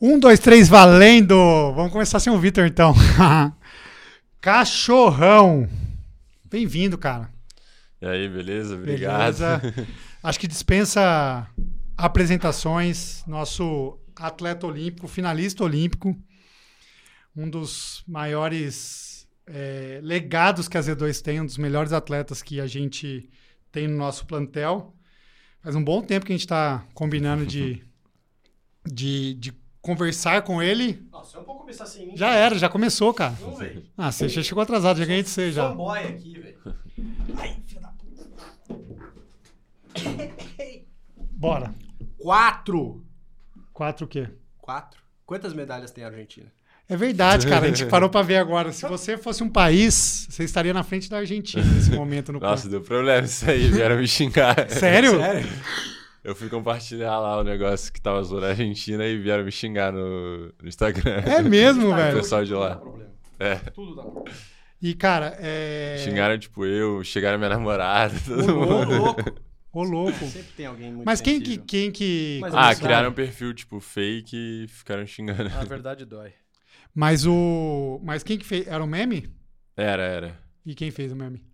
Um, dois, três, valendo! Vamos começar sem o Vitor, então. Cachorrão! Bem-vindo, cara. E aí, beleza? Obrigado. Beleza. Acho que dispensa apresentações. Nosso atleta olímpico, finalista olímpico, um dos maiores eh, legados que a Z2 tem, um dos melhores atletas que a gente tem no nosso plantel. Faz um bom tempo que a gente está combinando de, de, de conversar com ele. Não, se eu for começar sem mim. Já era, já começou, cara. Não, velho. Ah, você já chegou atrasado, já ganhei de você já. Fanboy aqui, velho. Ai, filho da puta. Bora. Quatro. Quatro o quê? Quatro? Quantas medalhas tem a Argentina? É verdade, cara. A gente parou pra ver agora. Se você fosse um país, você estaria na frente da Argentina nesse momento no Nossa, deu problema isso aí, vieram me xingar. Sério? Eu fui compartilhar lá o negócio que tava zoando a Argentina e vieram me xingar no, no Instagram. É mesmo, Tá O velho. pessoal de lá. Problema. É. Tudo dá problema. E, cara, é. Xingaram, tipo, eu, xingaram minha namorada, todo Ô, mundo. Ô, louco. Ô, louco. Sempre tem alguém muito Mas quem que. sensível. Quem que... Mas Ah, Começaram. criaram um perfil, tipo, fake e ficaram xingando. A verdade dói. Mas o. Mas quem que fez. Era o meme? Era, era. E quem fez o meme?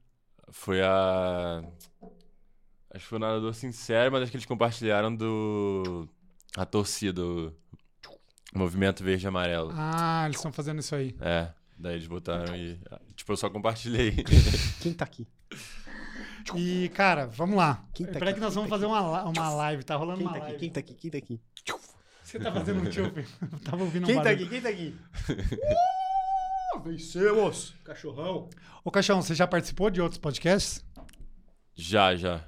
Foi a. Acho que foi o nadador sincero, mas acho que eles compartilharam do. A torcida, o movimento verde e amarelo. Ah, eles estão fazendo isso aí. É, daí eles botaram e. Tipo, eu só compartilhei. Quem tá aqui? E, cara, vamos lá. Quem tá Peraí aqui? que nós Quem vamos tá fazer uma, la- uma live. Tá rolando Quem uma tá aqui? live. Quem tá aqui? Quem tá aqui? Você tá fazendo um tio? Eu tava ouvindo um Quem tá barulho. aqui? Quem tá aqui? Uh, Vencemos! Cachorrão! Ô, Caixão, você já participou de outros podcasts? já, já.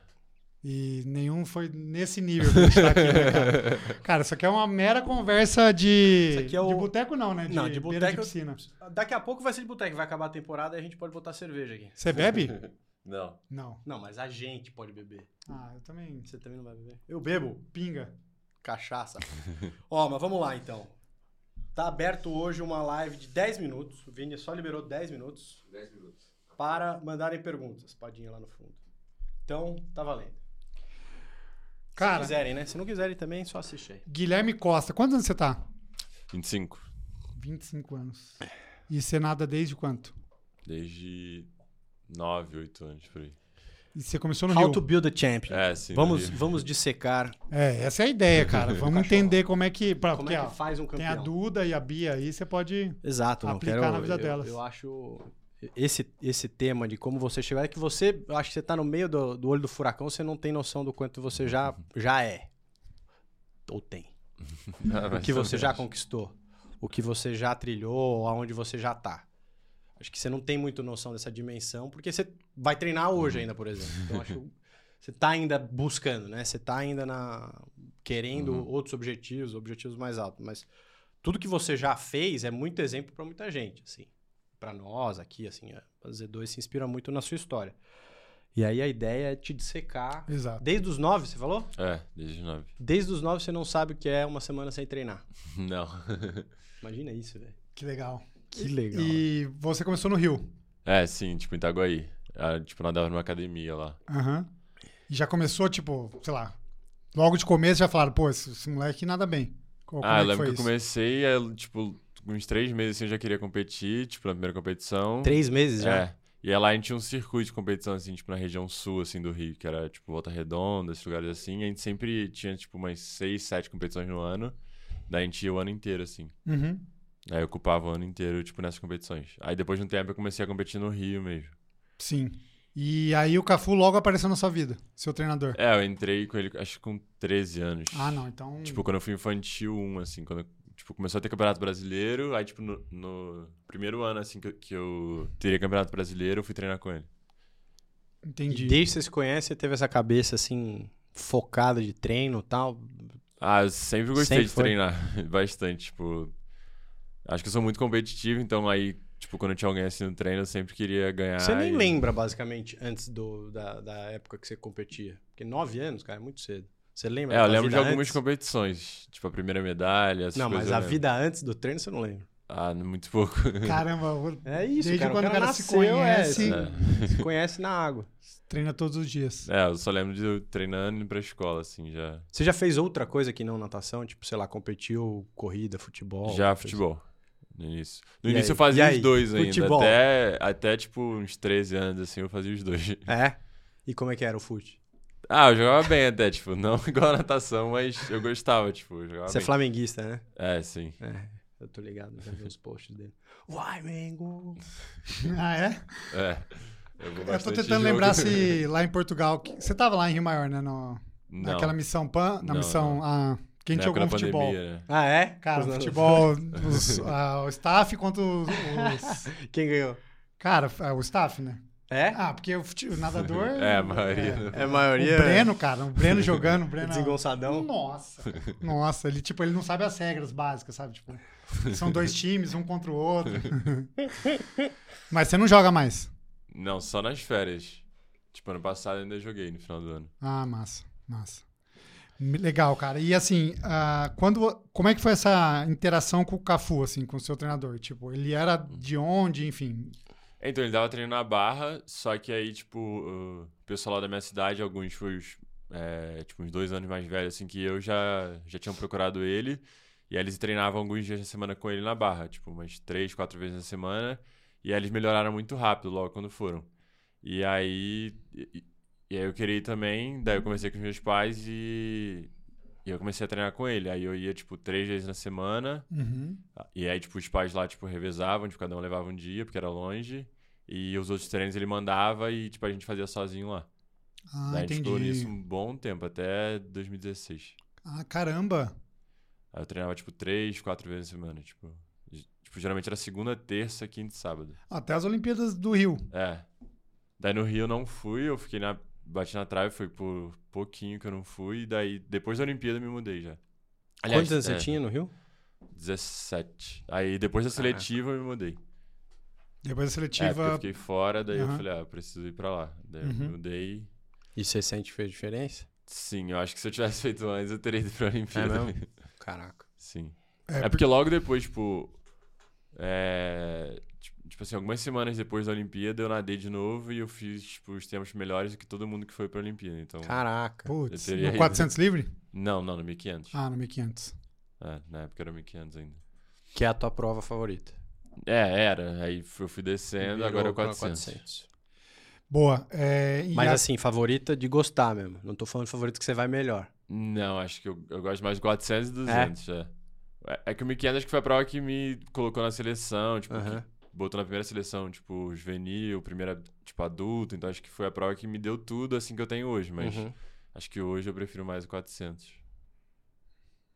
E nenhum foi nesse nível que a gente tá aqui, né, cara? Cara, isso aqui é uma mera conversa de. Isso aqui é o- De boteco, não, né? De Não, de beira boteco- de piscina. Daqui a pouco vai ser de boteco, vai acabar a temporada e a gente pode botar cerveja aqui. Você bebe? Não. Não. Não, mas a gente pode beber. Ah, eu também. Você também não vai beber? Eu bebo. Pinga. Cachaça. Ó, mas vamos lá então. Tá aberto hoje uma live de 10 minutos. O Vini só liberou 10 minutos. 10 minutos. Para mandarem perguntas. Padinha lá no fundo. Então, tá valendo. Se Cara, quiserem, né? Se não quiserem também, só assiste aí. Guilherme Costa, quantos anos você tá? 25. 25 anos. E você nada desde quanto? Desde 9, 8 anos por aí. E você começou no How Rio. to build a champion. É, sim. vamos, ali. vamos dissecar É, essa é a ideia, cara. Vamos Cachorro. entender como é que. Pra, como porque, é ó, que faz um tem a campeão. Duda e a Bia aí, você pode. Exato, não aplicar quero. na vida eu, delas. eu acho esse, esse tema de como você chegar é que você, eu acho que você tá no meio do, do olho do furacão, você não tem noção do quanto você já, já é. Ou tem. Ah, O mas que você também. já conquistou, o que você já trilhou, aonde você já tá. Acho que você não tem muito noção dessa dimensão, porque você vai treinar Uhum. hoje ainda, por exemplo. Então acho que você tá ainda buscando, né? Você tá ainda na querendo Uhum. outros objetivos, objetivos mais altos, mas tudo que você já fez é muito exemplo para muita gente, assim. Para nós aqui, assim, é, a Z2 se inspira muito na sua história. E aí a ideia é te dissecar. Exato. Desde os nove, você falou? É, desde 9. Desde os nove você não sabe o que é uma semana sem treinar. Não. Imagina isso, velho. Que legal. Que legal. E você começou no Rio. É, sim, tipo, em Itaguaí. Ah, tipo, nadava numa academia lá. Aham. E já começou, tipo, sei lá. Logo de começo já falaram, pô, esse, esse moleque nada bem. Ou como ah, é eu foi lembro que eu isso? comecei, aí, tipo, uns três meses assim eu já queria competir, tipo, na primeira competição. Três meses já? É. E aí lá a gente tinha um circuito de competição, assim, tipo, na região sul, assim, do Rio, que era, tipo, Volta Redonda, esses lugares assim. E a gente sempre tinha, tipo, umas seis, sete competições no ano. Daí a gente ia o ano inteiro, assim. Uhum. Aí eu ocupava o ano inteiro, tipo, nessas competições. Aí depois de um tempo eu comecei a competir no Rio mesmo. Sim. E aí o Cafu logo apareceu na sua vida, seu treinador. É, eu entrei com ele, acho que com 13 anos. Ah, não, então. Tipo, quando eu fui infantil 1, assim, quando eu, tipo, começou a ter campeonato brasileiro, aí, tipo, no, no primeiro ano, assim, que eu, que eu teria campeonato brasileiro, eu fui treinar com ele. entendi. E desde que você se conhece, você teve essa cabeça assim, focada de treino e tal. Ah, eu sempre gostei Sempre de foi? treinar bastante, tipo. Acho que eu sou muito competitivo, então aí, tipo, quando eu tinha alguém assim no treino, eu sempre queria ganhar. Você nem Ah, e- lembra, basicamente, antes do, da, da época que você competia. Porque nove anos, cara, é muito cedo. Você lembra? É, da eu lembro de vida algumas antes? competições, tipo a primeira medalha, essas Não, coisas mas eu a lembro. vida antes do treino você não lembra. Ah, muito pouco. Caramba, o- É isso, Desde cara. quando o cara, se nasceu, conhece, é, se conhece na água. treina todos os dias. É, eu só lembro de eu treinando e indo pra escola, assim, já. Você já fez outra coisa que não natação? Tipo, sei lá, competiu, corrida, futebol? já coisa? assim? futebol. No início. No E início aí? eu fazia E os aí? dois ainda. Futebol? Até, até tipo uns 13 anos, assim, eu fazia os dois. É? E como é que era o fute? Ah, eu jogava bem até, tipo, não igual a natação, mas eu gostava, tipo, eu jogava Você é bem. flamenguista, né? É, sim. É, eu tô ligado, já vi os posts dele. Uai, Mengo! Ah, é? É. Eu, vou Eu tô bastante tentando jogo. lembrar se lá em Portugal. que- Você tava lá em Rio Maior, né? No, Não, Naquela missão PAN. Na Não, missão. Ah, quem na jogou época um da futebol? pandemia, né? Ah, é? Cara, Os nanos- futebol, os- ah, o staff contra os. os- Quem ganhou? cara, é, o staff, né? É? Ah, porque o, fute- o nadador. É, a maioria. né? É a Ah, O maioria. Breno, cara, o Breno jogando, o Breno. Desengonçadão. Nossa, nossa, ele tipo, ele não sabe as regras básicas, sabe? Tipo, são dois times, um contra o outro. Mas você não joga mais. Não, só nas férias. Tipo, ano passado eu ainda joguei no final do ano. Ah, massa, massa. Me- Legal, cara. E assim, ah, quando, como é que foi essa interação com o Cafu, assim, com o seu treinador? Tipo, ele era de onde, enfim. Então, ele dava treino na Barra, só que aí, tipo, o pessoal lá da minha cidade, alguns foi os, é, tipo, uns dois anos mais velhos, assim, que eu já, já tinham procurado ele. E aí eles treinavam alguns dias na semana com ele na Barra, tipo, umas três, quatro vezes na semana. E aí eles melhoraram muito rápido logo quando foram. E aí, e, e aí eu queria ir também, daí eu comecei com os meus pais e, e eu comecei a treinar com ele. Aí eu ia, tipo, três vezes na semana. Uhum. E aí, tipo, os pais lá, tipo, revezavam, tipo, cada um levava um dia, porque era longe. E os outros treinos ele mandava e, tipo, a gente fazia sozinho lá. Ah, Daí a gente ficou nisso entendi. um bom tempo, até 2016. Ah, caramba. Aí eu treinava, tipo, três, quatro vezes na semana, tipo... e, Tipo, geralmente era segunda, terça, quinta e sábado. Até as Olimpíadas do Rio. É. Daí no Rio eu não fui, eu fiquei na... Bati na trave, foi por pouquinho que eu não fui. E daí, depois da Olimpíada, eu me mudei já. Quantos anos é, você tinha no Rio? 17. Aí, depois da seletiva, eu me mudei. Depois da É, porque eu seletiva. fiquei fora, daí eu Aham. falei, ah, eu preciso ir pra lá. Daí eu Uhum. me mudei. E você sente que fez diferença? Sim, eu acho que se eu tivesse feito antes, eu teria ido pra Olimpíada. É mesmo? Caraca. Sim. É, É, porque- porque logo depois, tipo. É, tipo, tipo assim, algumas semanas depois da Olimpíada, eu nadei de novo e eu fiz, tipo, os tempos melhores do que todo mundo que foi pra Olimpíada. Então. Caraca. Putz, eu teria no ido. 400 livre? Não, não, no 1500. Ah, no 1500. É, na época era 1500 ainda. Que é a tua prova favorita? É, era. Aí f- eu fui descendo, Virou agora é o pra 400. 400. Boa. é, e Mas a- assim, favorita de gostar mesmo. Não tô falando favorita que você vai melhor. Não, acho que eu, eu gosto mais de 400 e 200, é. É, é que o 1500 acho que foi a prova que me colocou na seleção, tipo, que Aham. botou na primeira seleção, tipo, juvenil, primeira, tipo, adulto. Então acho que foi a prova que me deu tudo assim que eu tenho hoje, mas Uhum. acho que hoje eu prefiro mais o 400. assim,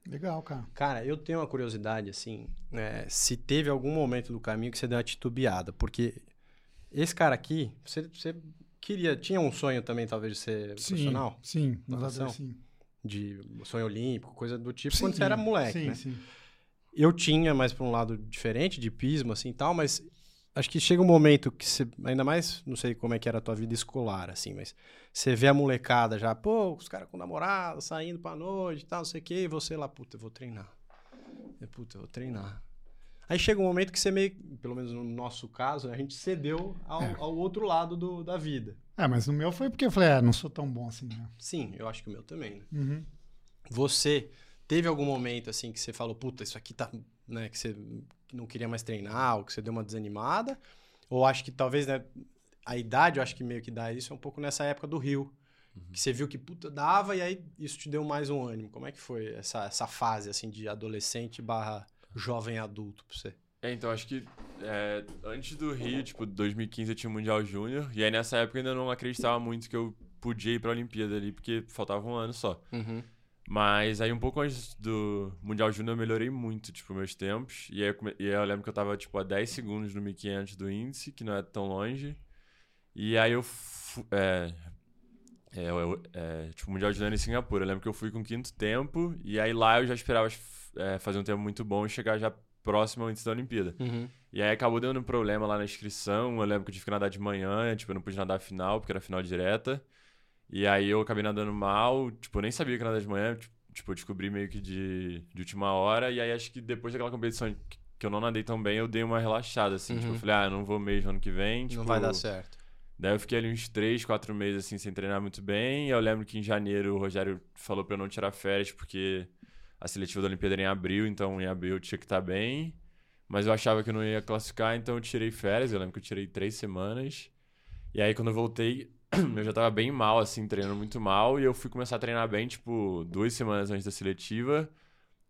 Legal, cara. Cara, eu tenho uma curiosidade, assim, né, se teve algum momento do caminho que você deu uma titubeada, porque esse cara aqui, você, você queria, tinha um sonho também, talvez, de ser Sim, profissional, sim, nadador, Natação? sim. de sonho olímpico, coisa do tipo, Sim, quando você era moleque, Sim, né? sim. Eu tinha, mas por um lado diferente, de pismo, assim, e tal, mas acho que chega um momento que você, ainda mais, não sei como é que era a tua vida escolar, assim, mas você vê a molecada já, pô, os caras com namorado, saindo pra noite e tal, não sei o quê, e você lá, puta, eu vou treinar. É, puta, eu vou treinar. Aí chega um momento que você meio, pelo menos no nosso caso, né, a gente cedeu ao, É. ao outro lado do- da vida. É, mas no meu foi porque eu falei, ah, não sou tão bom assim, né? Sim, eu acho que o meu também, né? Uhum. Você teve algum momento assim que você falou, puta, isso aqui tá, né, que você não queria mais treinar, ou que você deu uma desanimada? Ou acho que talvez, né, a idade, eu acho que meio que dá isso, é um pouco nessa época do Rio, Uhum. que você viu que puta dava e aí isso te deu mais um ânimo. Como é que foi essa, essa fase assim de adolescente barra jovem adulto pra você? É, então acho que é, antes do Rio, tipo, 2015 eu tinha o Mundial Júnior, e aí nessa época eu ainda não acreditava muito que eu podia ir pra Olimpíada ali, porque faltava um ano só. Uhum, Mas aí um pouco antes do Mundial Júnior eu melhorei muito, tipo, meus tempos. E aí, eu come- e aí eu lembro que eu tava, tipo, a 10 segundos no 1500 do índice, que não é tão longe. E aí eu... fu- É, é, eu- é, tipo, Mundial Júnior em Singapura. Eu lembro que eu fui com quinto tempo. E aí lá eu já esperava é, fazer um tempo muito bom e chegar já próximo antes da Olimpíada. uhum. E aí acabou dando um problema lá na inscrição. Eu lembro que eu tive que nadar de manhã, tipo, eu não pude nadar a final, porque era final direta. E aí eu acabei nadando mal, tipo, eu nem sabia que ia nadar de manhã, tipo, tipo, eu descobri meio que de, de última hora. E aí acho que depois daquela competição que- que eu não nadei tão bem, eu dei uma relaxada, assim. Tipo, eu falei, ah, eu não vou mesmo ano que vem. Tipo, Uhum. Não vai dar certo. Daí eu fiquei ali uns três, quatro meses, assim, sem treinar muito bem. E eu lembro que em janeiro o Rogério falou pra eu não tirar férias, porque a seletiva da Olimpíada era em abril, então em abril eu tinha que estar bem. Mas eu achava que eu não ia classificar, então eu tirei férias. Eu lembro que eu tirei três semanas. E aí quando eu voltei, eu já tava bem mal, assim, treinando muito mal. E eu fui começar a treinar bem, tipo, duas semanas antes da seletiva.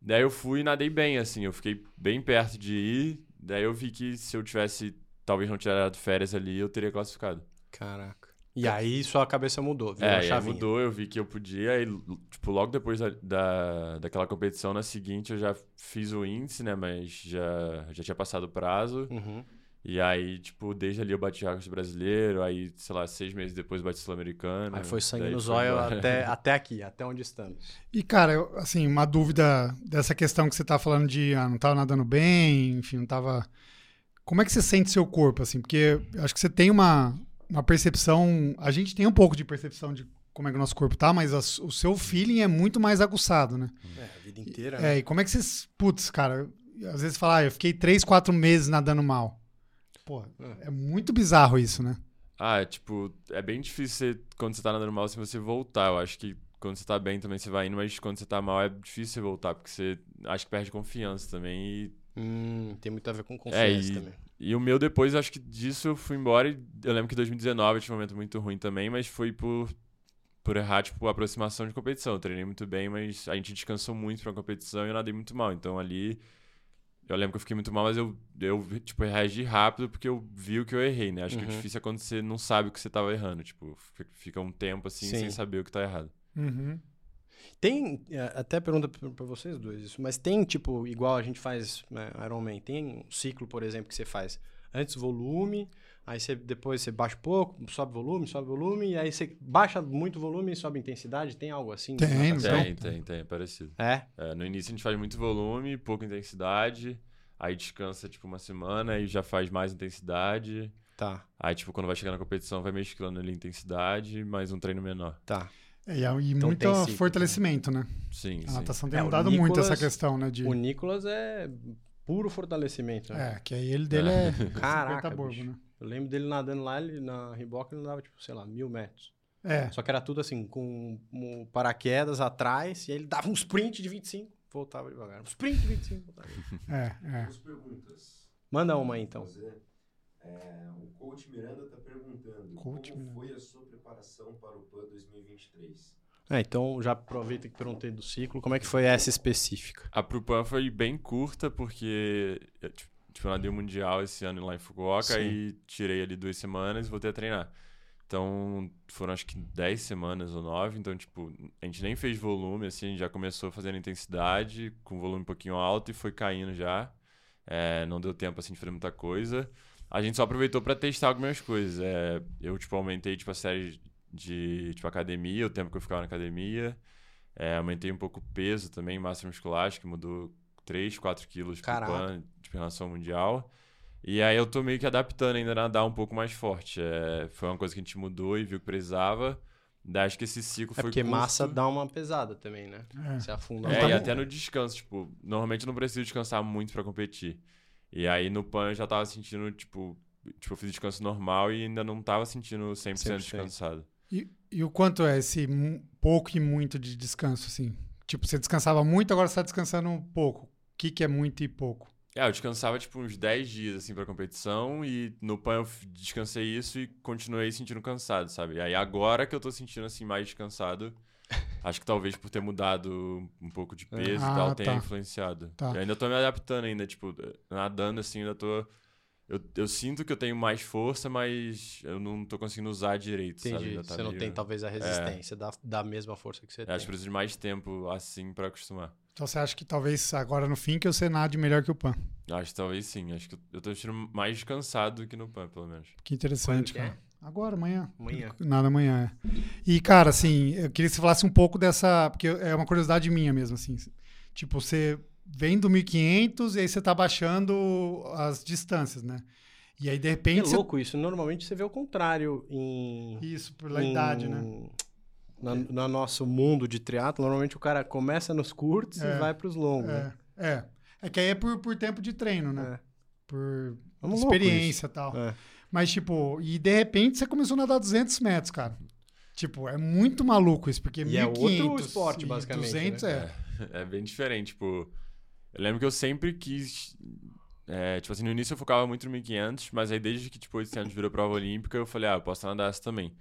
Daí eu fui e nadei bem, assim, eu fiquei bem perto de ir. Daí eu vi que se eu tivesse, talvez não tirado férias ali, eu teria classificado. Caraca. E aí sua cabeça mudou, viu? É, e a aí chavinha. mudou, eu vi que eu podia, aí, tipo, logo depois da, da- daquela competição, na seguinte eu já fiz o índice, né, mas já, já tinha passado o prazo, Uhum. e aí, tipo, desde ali eu bati recorde brasileiro, aí, sei lá, seis meses depois eu bati sul-americano. Aí foi É, sangue daí nos foi olhos embora. até, até aqui, até onde estamos. E, cara, eu, assim, uma dúvida dessa questão que você tá falando de ah, não tava nadando bem, enfim, não tava. Como é que você sente seu corpo, assim? Porque eu acho que você tem uma, uma percepção. A gente tem um pouco de percepção de como é que o nosso corpo tá, mas as- o seu feeling é muito mais aguçado, né? É, a vida inteira, né? É, e como é que vocês. Putz, cara, às vezes fala, ah, eu fiquei três, quatro meses nadando mal. Pô, é muito bizarro isso, né? Ah, tipo, é bem difícil você, quando você tá nadando mal, se você voltar. Eu acho que quando você tá bem também você vai indo, mas quando você tá mal é difícil você voltar, porque você acho que perde confiança também. E, Hum, tem muito a ver com confiança e- também. e o meu depois, eu acho que disso eu fui embora. E eu lembro que 2019 eu tive um momento muito ruim também, mas foi por, por errar, tipo, a aproximação de competição. Eu treinei muito bem, mas a gente descansou muito pra competição e eu nadei muito mal. Então ali. Eu lembro que eu fiquei muito mal, mas eu, eu tipo, reagi rápido porque eu vi o que eu errei, né? Acho que Uhum. é difícil é quando você não sabe o que você tava errando. Tipo, fi- fica um tempo assim Sim. sem saber o que tá errado. Uhum. Tem, é, até pergunta pra pra vocês dois isso, mas tem, tipo, igual a gente faz né, Iron Man, tem um ciclo, por exemplo, que você faz antes volume, aí você, depois você baixa um pouco, sobe volume, sobe volume, e aí você baixa muito volume e sobe intensidade, tem algo assim? Tem, na Então- natação? Tem, tem, tem, é parecido. É? É, no início a gente faz muito volume, pouca intensidade, aí descansa tipo uma semana e já faz mais intensidade. Tá, Aí, tipo, quando vai chegando na competição, vai mesclando ali intensidade, mais um treino menor. tá. É, e há- e Então muito tem ciclo, né? fortalecimento, né? Sim, A sim. natação tem É, o mudado muito Nicolas- essa questão, né? De... O Nicolas é puro fortalecimento, né? É, que aí ele dele é, 50 Caraca, borbo, bicho. né? Eu lembro dele nadando lá, ele, na Riboca, ele nadava, tipo, sei lá, mil metros. É, Só que era tudo assim, com um paraquedas atrás, e aí ele dava um sprint de 25, voltava devagar. Um sprint de 25, voltava. é, é. Duas perguntas. Manda uma aí, então. Fazer. É, o coach Miranda está perguntando Coach como Miranda. foi a sua preparação para o PAN 2023? É, então já aproveita que perguntei do ciclo, como é que foi essa específica? A Prupan foi bem curta, porque eu, tipo, tipo, eu nadei o Mundial esse ano lá em Fukuoka Sim. e tirei ali duas semanas e voltei a treinar. Então, foram acho que 10 semanas ou 9. Então, tipo, a gente nem fez volume, assim, a gente já começou fazendo intensidade, com volume um pouquinho alto e foi caindo já. É, não deu tempo, assim, de fazer muita coisa. A gente só aproveitou pra testar algumas coisas. É, eu, tipo, aumentei, tipo, a série de, tipo, academia, o tempo que eu ficava na academia. É, aumentei um pouco o peso também, massa muscular, acho que mudou 3, 4 quilos pro Caraca. PAN, tipo, em relação ao mundial. E aí eu tô meio que adaptando ainda a nadar um pouco mais forte. É, foi uma coisa que a gente mudou e viu que precisava. Daí acho que esse ciclo É foi porque curto. massa dá uma pesada também, né? é. Você afunda É, mais. e até no descanso, tipo, normalmente eu não preciso descansar muito pra competir. E aí no PAN eu já tava sentindo, tipo, tipo, eu fiz descanso normal e ainda não tava sentindo 100%, 100%. descansado. E, e o quanto é esse mu- pouco e muito de descanso, assim? Tipo, você descansava muito, agora você tá descansando um pouco. O que, que é muito e pouco? É, eu descansava, tipo, uns 10 dias, assim, pra competição e no PAN eu f- descansei isso e continuei sentindo cansado, sabe? E aí agora que eu tô sentindo, assim, mais descansado, acho que talvez por ter mudado um pouco de peso Ah, e tal, tenha tá. influenciado. Tá. Eu ainda tô me adaptando ainda, tipo, nadando, assim, ainda tô... Eu, eu sinto que eu tenho mais força, mas eu não tô conseguindo usar direito, sabe? Entendi. Ainda tá Você não meio- tem talvez a resistência da, da mesma força que você Eu acho que tem. preciso de mais tempo, assim, pra acostumar. Então você acha que talvez agora no fim que eu sei nade melhor que o Pan. Eu Acho que talvez sim. Acho que eu- eu tô sentindo mais descansado do que no PAN, pelo menos. Que interessante, Quando que é? cara. Agora, amanhã. Amanhã. Nada amanhã, é. E, cara, assim, eu queria que você falasse um pouco dessa. Porque é uma curiosidade minha mesmo, assim. Tipo, você vem do 1500 e aí você tá baixando as distâncias, né? E aí, de É repente. você- louco isso, normalmente você vê o contrário em... Isso, pela idade, né? Na, no nosso mundo de triatlo, normalmente o cara começa nos curtos É. e vai pros longos. né? É. é. É que aí é por, por tempo de treino, né? É. Por É um louco experiência e tal. É. Mas, tipo, e de repente você começou a nadar 200 metros, cara. Tipo, é muito maluco isso, porque E é outro 1.500 esporte, e basicamente, 200 né? é. É bem diferente, tipo... Eu lembro que eu sempre quis... é, tipo assim, no início eu focava muito no 1500, mas aí desde que, tipo, 800 virou prova olímpica, eu falei, ah, eu posso nadar essa também.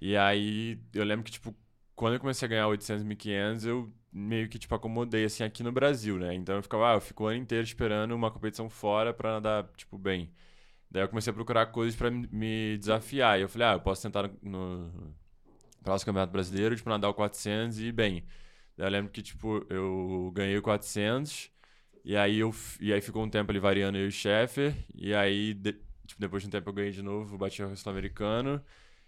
E aí, eu lembro que, tipo, quando eu comecei a ganhar 800, 1500, eu meio que, tipo, acomodei, assim, aqui no Brasil, né? Então eu ficava, ah, eu fico o ano inteiro esperando uma competição fora pra nadar, tipo, bem. Daí eu comecei a procurar coisas pra me- me desafiar. E eu falei, ah, eu posso tentar no no próximo Campeonato Brasileiro, tipo, nadar o 400 e ir bem. Daí eu lembro que, tipo, eu ganhei o 400 e aí, eu, f- e aí ficou um tempo ali variando eu e o Sheffer. E aí, de- tipo, depois de um tempo eu ganhei de novo, bati o sul-americano.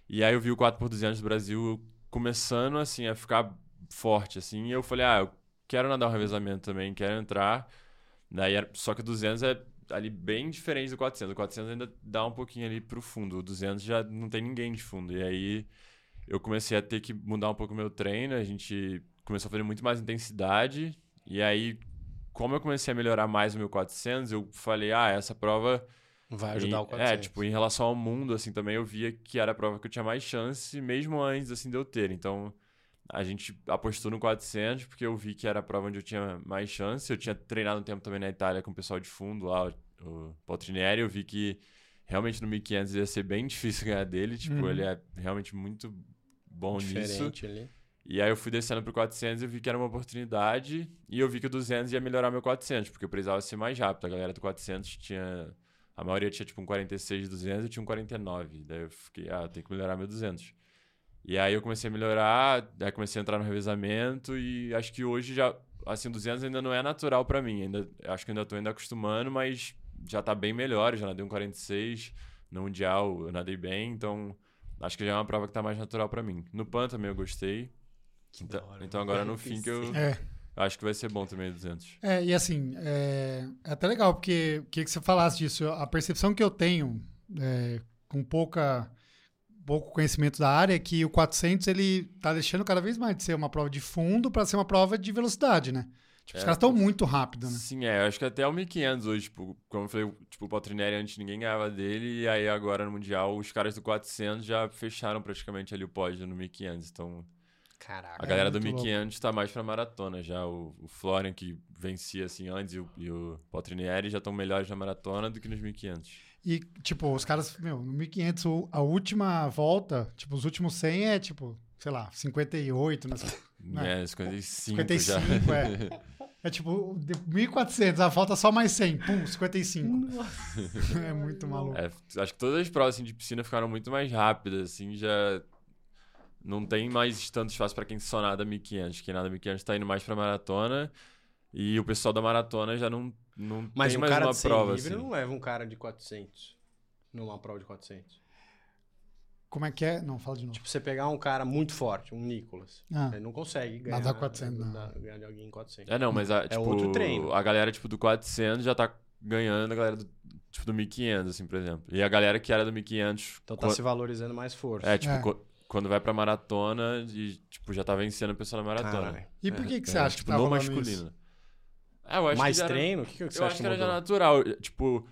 E aí eu vi o 4x200 do Brasil começando, assim, a ficar forte, assim. E eu falei, ah, eu quero nadar um revezamento também, quero entrar. Daí, era- só que o 200 é ali bem diferente do 400. O 400 ainda dá um pouquinho ali pro fundo. O 200 já não tem ninguém de fundo. E aí eu comecei a ter que mudar um pouco o meu treino. A gente começou a fazer muito mais intensidade. E aí, como eu comecei a melhorar mais o meu 400, eu falei, ah, essa prova... Vai E- ajudar o 400. É, tipo, em relação ao mundo, assim, também eu via que era a prova que eu tinha mais chance, mesmo antes, assim, de eu ter. Então, a gente apostou no 400, porque eu vi que era a prova onde eu tinha mais chance. Eu tinha treinado um tempo também na Itália com o pessoal de fundo lá, o- o Paltrinieri. Eu vi que realmente no 1500 ia ser bem difícil ganhar dele. Tipo, Uhum. ele é realmente muito bom nisso. diferente ali. E aí eu fui descendo pro 400 e eu vi que era uma oportunidade. E eu vi que o 200 ia melhorar meu 400, porque eu precisava ser mais rápido. A galera do 400 tinha... A maioria tinha tipo um 46 de 200 e tinha um 49. Daí eu fiquei, ah, tem que melhorar meu 200. E aí eu comecei a melhorar, daí comecei a entrar no revezamento e acho que hoje já... Assim, o 200 ainda não é natural pra mim. Ainda, acho que ainda tô ainda acostumando, mas já tá bem melhor. Eu já nadei um 46 no Mundial, eu nadei bem, então... Acho que já é uma prova que tá mais natural pra mim. No PAN também eu gostei. Então, da hora, então mano. agora no fim que eu É. acho que vai ser bom também 200. É, e assim, é, é até legal, porque queria que você falasse disso. A percepção que eu tenho, é, com pouca, pouco conhecimento da área, é que o 400 ele tá deixando cada vez mais de ser uma prova de fundo para ser uma prova de velocidade, né? Tipo, os É, caras estão muito rápidos, né? Sim, é, eu acho que até o 1500 hoje, tipo, como eu falei, tipo, o Patrinelli antes ninguém ganhava dele e aí agora no mundial os caras do 400 já fecharam praticamente ali o pódio no 1500. Então, a Caraca. galera do muito louco. 1500 tá mais pra maratona já o, o Florian que vencia assim antes e o, e o Patrinelli já estão melhores na maratona do que nos 1500. E, tipo, os caras, meu, no 1500, o- a última volta, tipo, os últimos 100 é, tipo, sei lá, 58, né? É. É, 55, já. 55, é. É tipo, de 1400, a volta só mais 100, pum, 55. É muito maluco. É, acho que todas as provas assim, de piscina ficaram muito mais rápidas, assim, já não tem mais tanto espaço para quem só nada 1500. Quem nada 1500 tá indo mais para maratona e o pessoal da maratona já não, não Mas tem um mais cara uma de 100 prova, livre assim. não leva um cara de 400 numa prova de 400. Como é que é? Não, fala de novo. Tipo, você pegar um cara muito forte, um Nicolas, Ah, ele não consegue ganhar, Nadar 400, não. da- ganhar de alguém em 400. É, não, mas a, tipo, outro treino. a galera tipo, do 400 já tá ganhando a galera do, tipo, do 1500, assim, por exemplo. E a galera que era do 1500... Então tá quan- se valorizando mais força. É, tipo, É. quan- quando vai pra maratona e, tipo, já tá vencendo o pessoal na maratona. Caralho. e por que, que você É, acha tipo, que tá no rolando masculino. isso? É, eu acho Mais que já era- treino? O que, que você eu acha acho que era já mudou? natural. Eu, Tipo,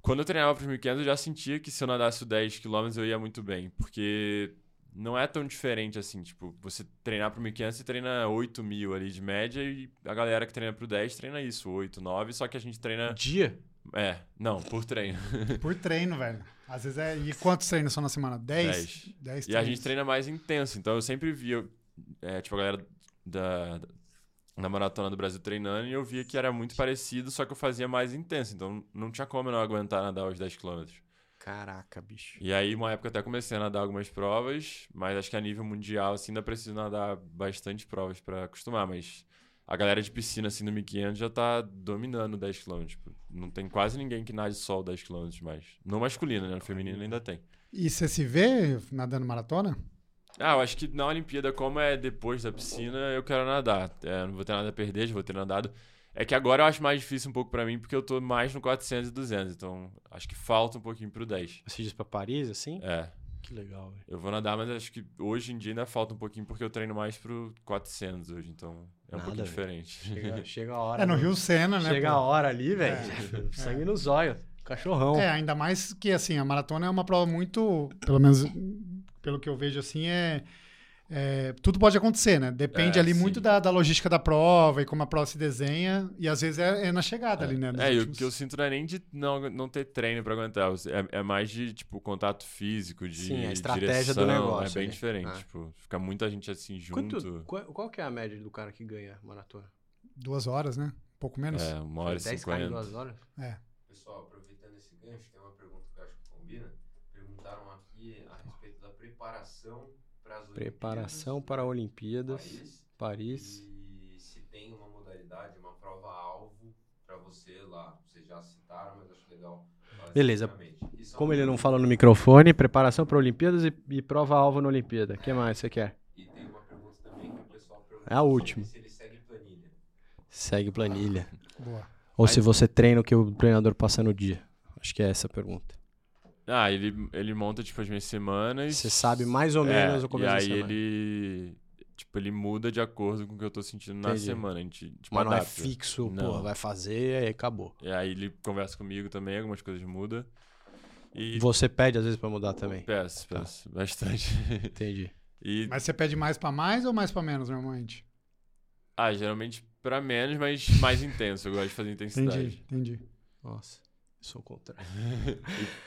quando eu treinava pros 1500, eu já sentia que se eu nadasse o 10km eu ia muito bem. Porque não é tão diferente assim. Tipo, você treinar pro 1500, você treina 8 mil ali de média. E a galera que treina pro 10 treina isso, 8, 9. Só que a gente treina. Dia? É, não, por treino. Por treino, velho. Às vezes é. E quantos treinos são na semana? 10? Dez. 10 E a gente treina mais intenso. Então eu sempre via, é, tipo, a galera da, da- da maratona do Brasil treinando e eu via que era muito parecido, só que eu fazia mais intenso. Então não tinha como eu não aguentar nadar os 10km. Caraca, bicho. E aí, uma época, eu até comecei a nadar algumas provas, mas acho que a nível mundial, assim, ainda preciso nadar bastante provas pra acostumar. Mas a galera de piscina, assim, no 1500 já tá dominando 10km. Tipo, não tem quase ninguém que nade só o 10km mais. No masculino, né? No feminino ainda tem. E você se vê nadando maratona? É Ah, eu acho que na Olimpíada, como é depois da piscina, eu quero nadar. É, não vou ter nada a perder, já vou ter nadado. É que agora eu acho mais difícil um pouco pra mim, porque eu tô mais no 400 e 200. Então, acho que falta um pouquinho pro 10. Você diz pra Paris, assim? É. Que legal, velho. Eu vou nadar, mas acho que hoje em dia ainda falta um pouquinho, porque eu treino mais pro 400 hoje, então é um Nada, pouquinho velho. diferente. Chega, chega a hora. É no do- Rio Sena, né? Chega pô? a hora ali, velho. Sangue nos olhos. Cachorrão. É, ainda mais que assim, a maratona é uma prova muito, pelo menos pelo que eu vejo assim, é, é, tudo pode acontecer, né? Depende É, ali sim. muito da, da logística da prova e como a prova se desenha, e às vezes é, é na chegada ali, né? nos É, e o últimos- que eu sinto não é nem de não, não ter treino pra aguentar. É, é mais de, tipo, contato físico, de Sim, a estratégia do direção, negócio É bem ali. diferente, Ah. tipo, fica muita gente assim junto. Quanto, qual, qual que é a média do cara que ganha maratona? Duas horas, né? Um pouco menos. É, uma hora e 10 km em cinquenta. duas horas? Pessoal, aproveitando esse gancho, tem uma pergunta que eu acho que combina. Perguntaram aqui a respeito da preparação para as Olimpíadas Preparação para Olimpíadas, Paris, Paris. E se tem uma modalidade, uma prova-alvo para você lá. Vocês já citaram, mas acho legal. falar Beleza. especificamente. E só um Como uma ele não pergunta. fala no microfone, preparação para Olimpíadas e, e prova-alvo na Olimpíada. O que mais você quer? E tem uma pergunta também que o pessoal pergunta É a se ele- última. se ele segue planilha. Segue planilha. Boa. Ou se você treina o que o treinador passa no dia. Acho que é essa a pergunta. Ah, ele, ele monta, tipo, as minhas semanas. Você sabe mais ou É, menos o começo E da aí semana. ele. Tipo, ele muda de acordo com o que eu tô sentindo na Entendi. semana. A gente, tipo, Mas não é adapta. fixo, Não. pô, vai fazer e acabou. E aí ele conversa comigo também, algumas coisas mudam. E Você pede às vezes pra mudar também. peço, peço. Bastante. Entendi. E, Mas você pede mais pra mais ou mais pra menos, normalmente? ah, geralmente pra menos, mas mais intenso. Eu gosto de fazer intensidade. Entendi, entendi. Nossa, sou contra.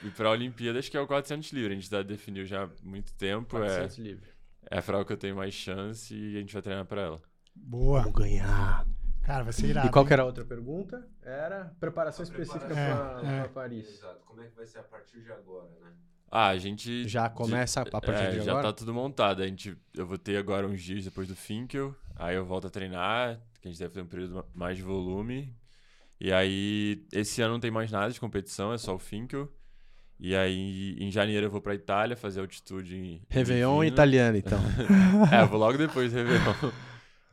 E pra Olimpíadas, que é o 400 livre. A gente já definiu já há muito tempo. É, 400 livre. é a prova que eu tenho mais chance e a gente vai treinar pra ela. Boa. Vamos ganhar. Cara, vai ser irado. E qual que era a outra pergunta? Era preparação A específica preparação. pra, É, pra Paris. Exato. Como é que vai ser a partir de agora, né? Ah, a gente. Já de- começa a partir é, de já agora? tá tudo montado. A gente, eu vou ter agora uns dias depois do Finkel. Aí eu volto a treinar, que a gente deve ter um período ma- mais de volume. E aí, esse ano não tem mais nada de competição, é só o Finkel. E aí, em janeiro eu vou pra Itália fazer altitude em. em Réveillon Vino. italiano, então. É, eu vou logo depois do Réveillon.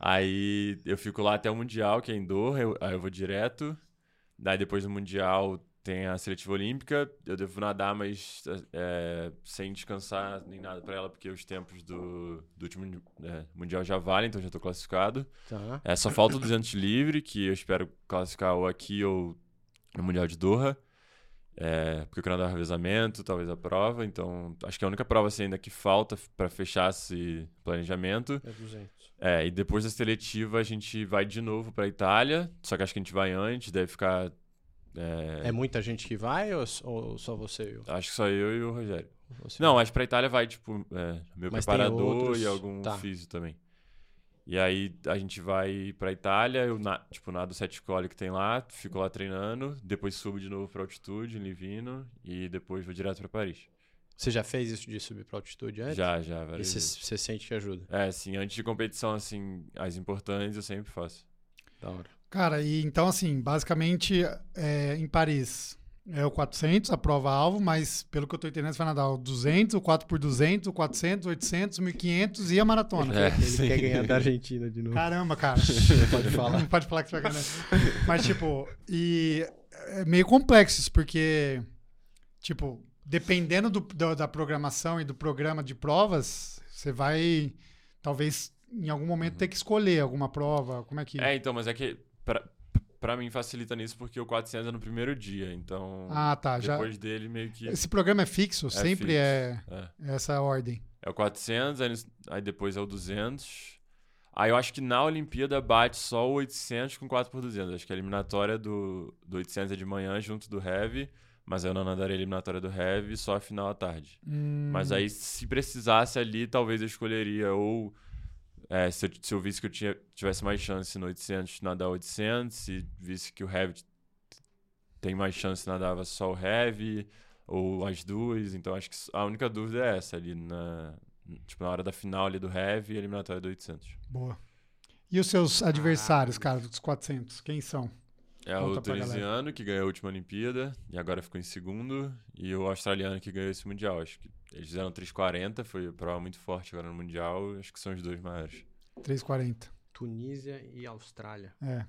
Aí eu fico lá até o Mundial, que é em Doha, eu- aí eu vou direto. Daí depois do Mundial tem a seletiva olímpica. Eu devo nadar, mas é, sem descansar nem nada pra ela, porque os tempos do, do último é, Mundial já valem, então já tô classificado. Tá. É, só falta o 200 livre, que eu espero classificar ou aqui ou no Mundial de Doha. É, porque o Canadá é um revezamento, talvez a prova. Então, acho que é a única prova assim, ainda que falta pra fechar esse planejamento. É 200. É, e depois da seletiva a gente vai de novo pra Itália. Só que acho que a gente vai antes, deve ficar. É. muita gente que vai ou, s- ou só você e eu? Acho que só eu e o Rogério. Você Não, mas pra Itália vai, tipo, é, meu Mas tem preparador outros- e algum tá. físio também. E aí a gente vai pra Itália, eu na, tipo, nado o sete cole que tem lá, fico lá treinando, depois subo de novo pra altitude, em Livino, e depois vou direto pra Paris. Você já fez isso de subir pra altitude antes? Já, já, E várias você vezes. você sente que ajuda? É, assim, antes de competição, assim, as importantes eu sempre faço. É Da hora. Cara, e então, assim, basicamente, é, em Paris é o 400, a prova-alvo, mas pelo que eu tô entendendo, você vai nadar o 200, o 4x200, o 400, o 800, o 1500 e a maratona. É, né? Ele sim. quer ganhar da Argentina de novo. Caramba, cara. Pode falar. Não pode falar que você vai ganhar. Mas, tipo, e é meio complexo isso, porque, tipo, dependendo do- da, da programação e do programa de provas, você vai, talvez, em algum momento, ter que escolher alguma prova. Como é que. É, então, mas é que pra, pra mim facilita nisso porque o 400 é no primeiro dia, então ah, tá. Já... depois dele meio que... Esse programa é fixo? sempre fixo. é É. essa ordem. É o 400, aí, nos- aí depois é o 200. Aí eu acho que na Olimpíada bate só o 800 com 4x200. Acho que a eliminatória do, do 800 é de manhã junto do Heavy, mas eu não nadarei a eliminatória do Heavy, só a final à tarde. Hum, Uhum. Mas aí se precisasse ali, talvez eu escolheria ou... é, se, eu, se eu visse que eu tinha- tivesse mais chance no 800, nadar 800. Se visse que o Heavy t- tem mais chance, nadava só o Heavy ou as duas. Então acho que a única dúvida é essa ali na tipo na hora da final ali do heavy e eliminatória do 800. Boa. E os Ah, seus adversários, cara, dos 400? Quem são? É Conta o pra galera. tunisiano que ganhou a última Olimpíada e agora ficou em segundo e o australiano que ganhou esse mundial. Acho que eles fizeram 3:40, foi uma prova muito forte agora no mundial. Acho que são os dois maiores. 3,40. Tunísia e Austrália. É.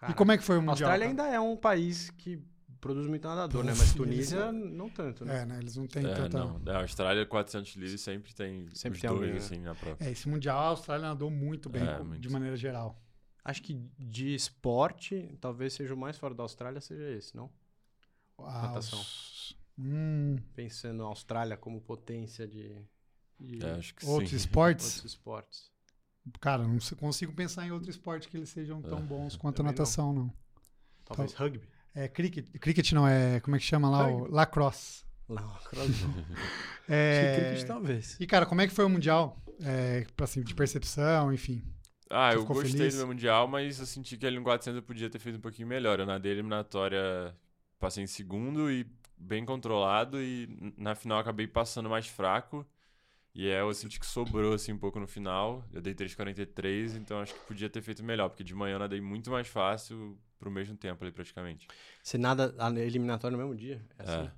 Cara, E como é que foi o a Mundial? Austrália cara? ainda é um país que produz muito nadador, né? Mas Tunísia não tanto, né? É, né? Eles não têm é, tanta. não. Da Austrália, 400 livres sempre tem Sempre os tem dois, alguém, né? assim, na prova. É, esse Mundial a Austrália nadou muito bem, É, co- muito. de maneira geral. Acho que de esporte, talvez seja o mais fora da Austrália, seja esse, não? Ah, Natação. os- Hum, Pensando a Austrália como potência de, de É, acho que outros sim. esportes? outros esportes. Cara, não se- consigo pensar em outro esporte que eles sejam É, tão bons quanto a Também não. natação, não. Talvez rugby. É cricket, cricket não, é. Como é que chama lá? O lacrosse. Lá, o cross não. É, Cricket talvez. E, cara, como é que foi o Mundial? É, pra, assim, de percepção, enfim. Ah, Você eu ficou gostei feliz? do meu Mundial, mas eu senti que ali no 400 eu podia ter feito um pouquinho melhor. Eu nadei a eliminatória, passei em segundo e bem controlado, e n- na final acabei passando mais fraco. E é, eu senti que sobrou assim um pouco no final. Eu dei 3,43, então acho que podia ter feito melhor, porque de manhã eu nadei muito mais fácil pro mesmo tempo ali praticamente. Você nada a eliminatória no mesmo dia? É assim? É.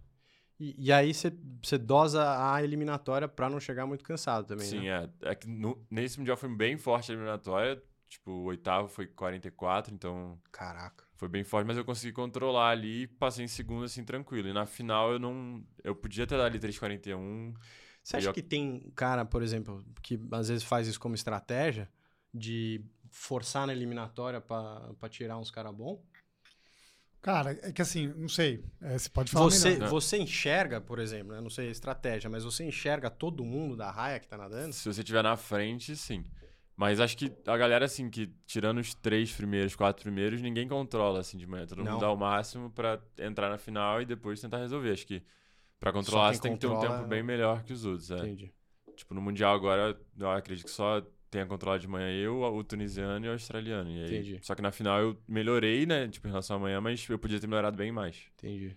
E, e aí você, você dosa a eliminatória pra não chegar muito cansado também, Sim, né? é. É que no- nesse Mundial foi bem forte a eliminatória. Tipo, o oitavo foi 44, então Caraca. foi bem forte, mas eu consegui controlar ali e passei em segundo, assim, tranquilo. E na final eu não. Eu podia ter dado ali 3,41. Você E acha eu- que tem cara, por exemplo, que às vezes faz isso como estratégia de forçar na eliminatória pra pra tirar uns caras bons? Cara, é que assim, não sei. É, você pode falar Você, melhor. né? você enxerga, por exemplo, né? não sei a estratégia, mas você enxerga todo mundo da raia que tá nadando? Se você tiver na frente, sim. Mas acho que a galera, assim, que tirando os três primeiros, quatro primeiros, ninguém controla, assim, de manhã. Todo Não. mundo dá o máximo pra entrar na final e depois tentar resolver. Acho que pra quem controlar você tem que ter um controla- tempo bem melhor que os outros. É. Entendi. Tipo, no Mundial agora, eu acredito que só tenha controlado de manhã eu, o tunisiano e o australiano. E aí- Entendi. Só que na final eu melhorei, né? Tipo, em relação a amanhã, mas eu podia ter melhorado bem mais. Entendi.